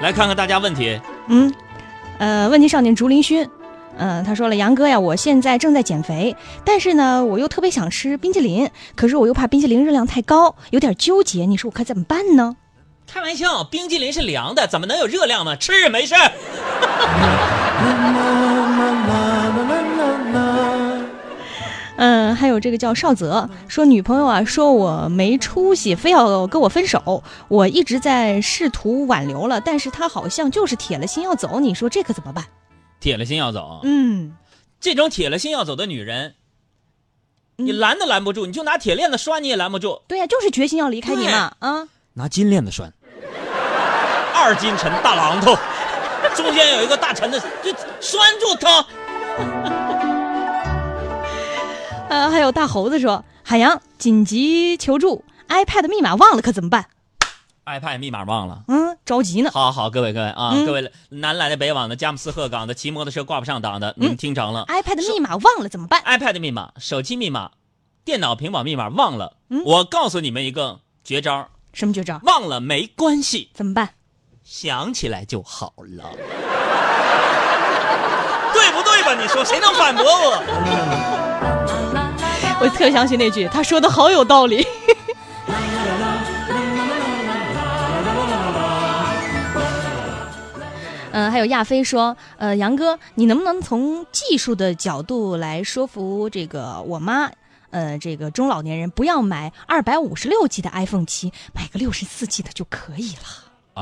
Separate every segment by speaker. Speaker 1: 来看看大家问题，
Speaker 2: 嗯，呃，问题少年竹林勋，嗯、他说了，杨哥呀，我现在正在减肥，但是呢，我又特别想吃冰淇淋，可是我又怕冰淇淋热量太高，有点纠结，你说我该怎么办呢？
Speaker 1: 开玩笑，冰激凌是凉的，怎么能有热量呢？吃没事儿。
Speaker 2: 嗯，还有这个叫少泽说，女朋友啊说我没出息，非要跟我分手，我一直在试图挽留了，但是他好像就是铁了心要走，你说这可怎么办？
Speaker 1: 铁了心要走，
Speaker 2: 嗯，
Speaker 1: 这种铁了心要走的女人，你
Speaker 2: 嗯
Speaker 1: 拦都拦不住，你就拿铁链子拴你也拦不住，
Speaker 2: 对呀、就是决心要离开你嘛，啊，
Speaker 1: 拿金链子拴。二金沉大榔头，中间有一个大沉的，就拴住他。
Speaker 2: 呃，还有大猴子说，海洋紧急求助，iPad 密码忘了可怎么办？
Speaker 1: iPad 哎密码忘了。
Speaker 2: 嗯，着急呢。
Speaker 1: 好好，各位各位啊，
Speaker 2: 嗯
Speaker 1: 各位南来的北往的，佳木斯鹤岗的，骑摩托车挂不上档的，你们听着了。
Speaker 2: iPad 密码忘了怎么办？
Speaker 1: iPad 密码、手机密码、电脑平板密码忘了，
Speaker 2: 嗯
Speaker 1: 我告诉你们一个绝招，
Speaker 2: 什么绝招？
Speaker 1: 忘了没关系，
Speaker 2: 怎么办？
Speaker 1: 想起来就好 了，对不对吧？你说谁能反驳我？
Speaker 2: 我特想起那句，他说的好有道 理。嗯，还有亚飞说，呃，杨哥，你能不能从技术的角度来说服这个我妈，呃，这个中老年人不要买二百五十六 G 的 iPhone 七，买个六十四 G 的就可以了，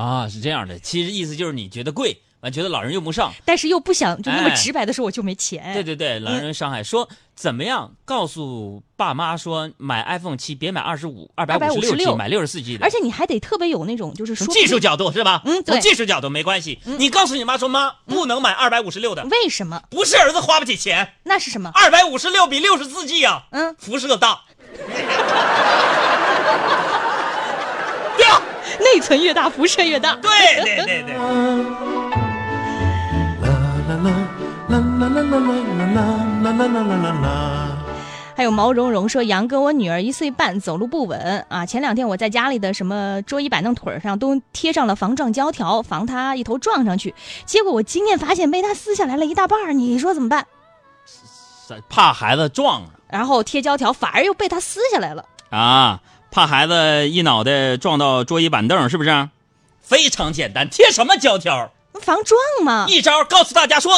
Speaker 1: 啊，是这样的，其实意思就是你觉得贵，完觉得老人用不上，
Speaker 2: 但是又不想就那么
Speaker 1: 哎
Speaker 2: 直白的说我就没钱。
Speaker 1: 对对对，老人伤害。说怎么样？告诉爸妈说买 iPhone 七，别买二十五、二百五十六 G，
Speaker 2: 256
Speaker 1: 买六十四 G 的。
Speaker 2: 而且你还得特别有那种就是说
Speaker 1: 从技术角度是吧？
Speaker 2: 嗯对
Speaker 1: 从技术角度没关系。你告诉你妈说妈不能买二百五十六的，
Speaker 2: 为什么？
Speaker 1: 不是儿子花不起钱。
Speaker 2: 那是什么？
Speaker 1: 二百五十六比六十四 G 呀、
Speaker 2: 嗯，
Speaker 1: 辐射大。对啊，
Speaker 2: 内存越大，辐射越大。
Speaker 1: 对对对对。
Speaker 2: 还有毛茸茸说：“杨哥，我女儿一岁半，走路不稳啊。前两天我在家里的什么桌椅板凳腿儿上都贴上了防撞胶条，防她一头撞上去。结果我惊艳发现被她撕下来了一大半儿，你说怎么办？
Speaker 1: 怕孩子撞
Speaker 2: 然后贴胶条反而又被她撕下来了。
Speaker 1: 啊，怕孩子一脑袋撞到桌椅板凳，是不啊是？非常简单，贴什么胶条？
Speaker 2: 防撞嘛？
Speaker 1: 一招告诉大家说，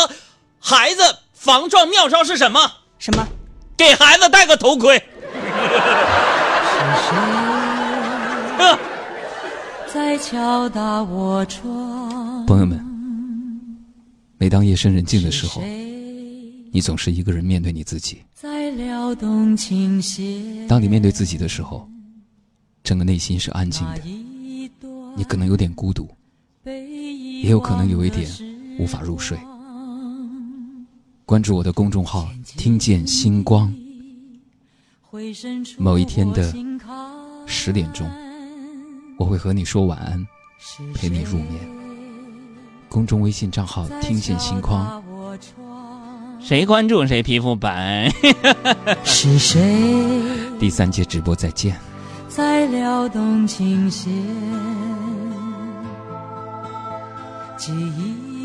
Speaker 1: 孩子防撞妙招是什么？
Speaker 2: 什么？
Speaker 1: 给孩子戴个头盔。 呵
Speaker 3: 在敲打我窗。
Speaker 4: 朋友们，每当夜深人静的时候，
Speaker 3: 谁
Speaker 4: 你总是一个人面对你自己。
Speaker 3: 在撩动琴弦？
Speaker 4: 当你面对自己的时候，整个内心是安静
Speaker 3: 那
Speaker 4: 的。
Speaker 3: 一段
Speaker 4: 你可能有点孤独，
Speaker 3: 被遗忘的
Speaker 4: 也有可能有一点无法入睡
Speaker 3: 时光。
Speaker 4: 关注我的公众号“听见星光
Speaker 3: 回伸出
Speaker 4: 某一天的
Speaker 3: 我心坎
Speaker 4: 10点钟”，我会和你说晚安。
Speaker 3: 是
Speaker 4: 陪你入眠
Speaker 3: 谁
Speaker 4: 公众微信账号“
Speaker 3: 在
Speaker 4: 听见星
Speaker 3: 敲
Speaker 4: 光
Speaker 3: 打我窗
Speaker 1: 谁关注谁皮肤白。
Speaker 3: 是谁”。
Speaker 4: 第三节直播再见。
Speaker 3: 在撩动琴弦，记忆。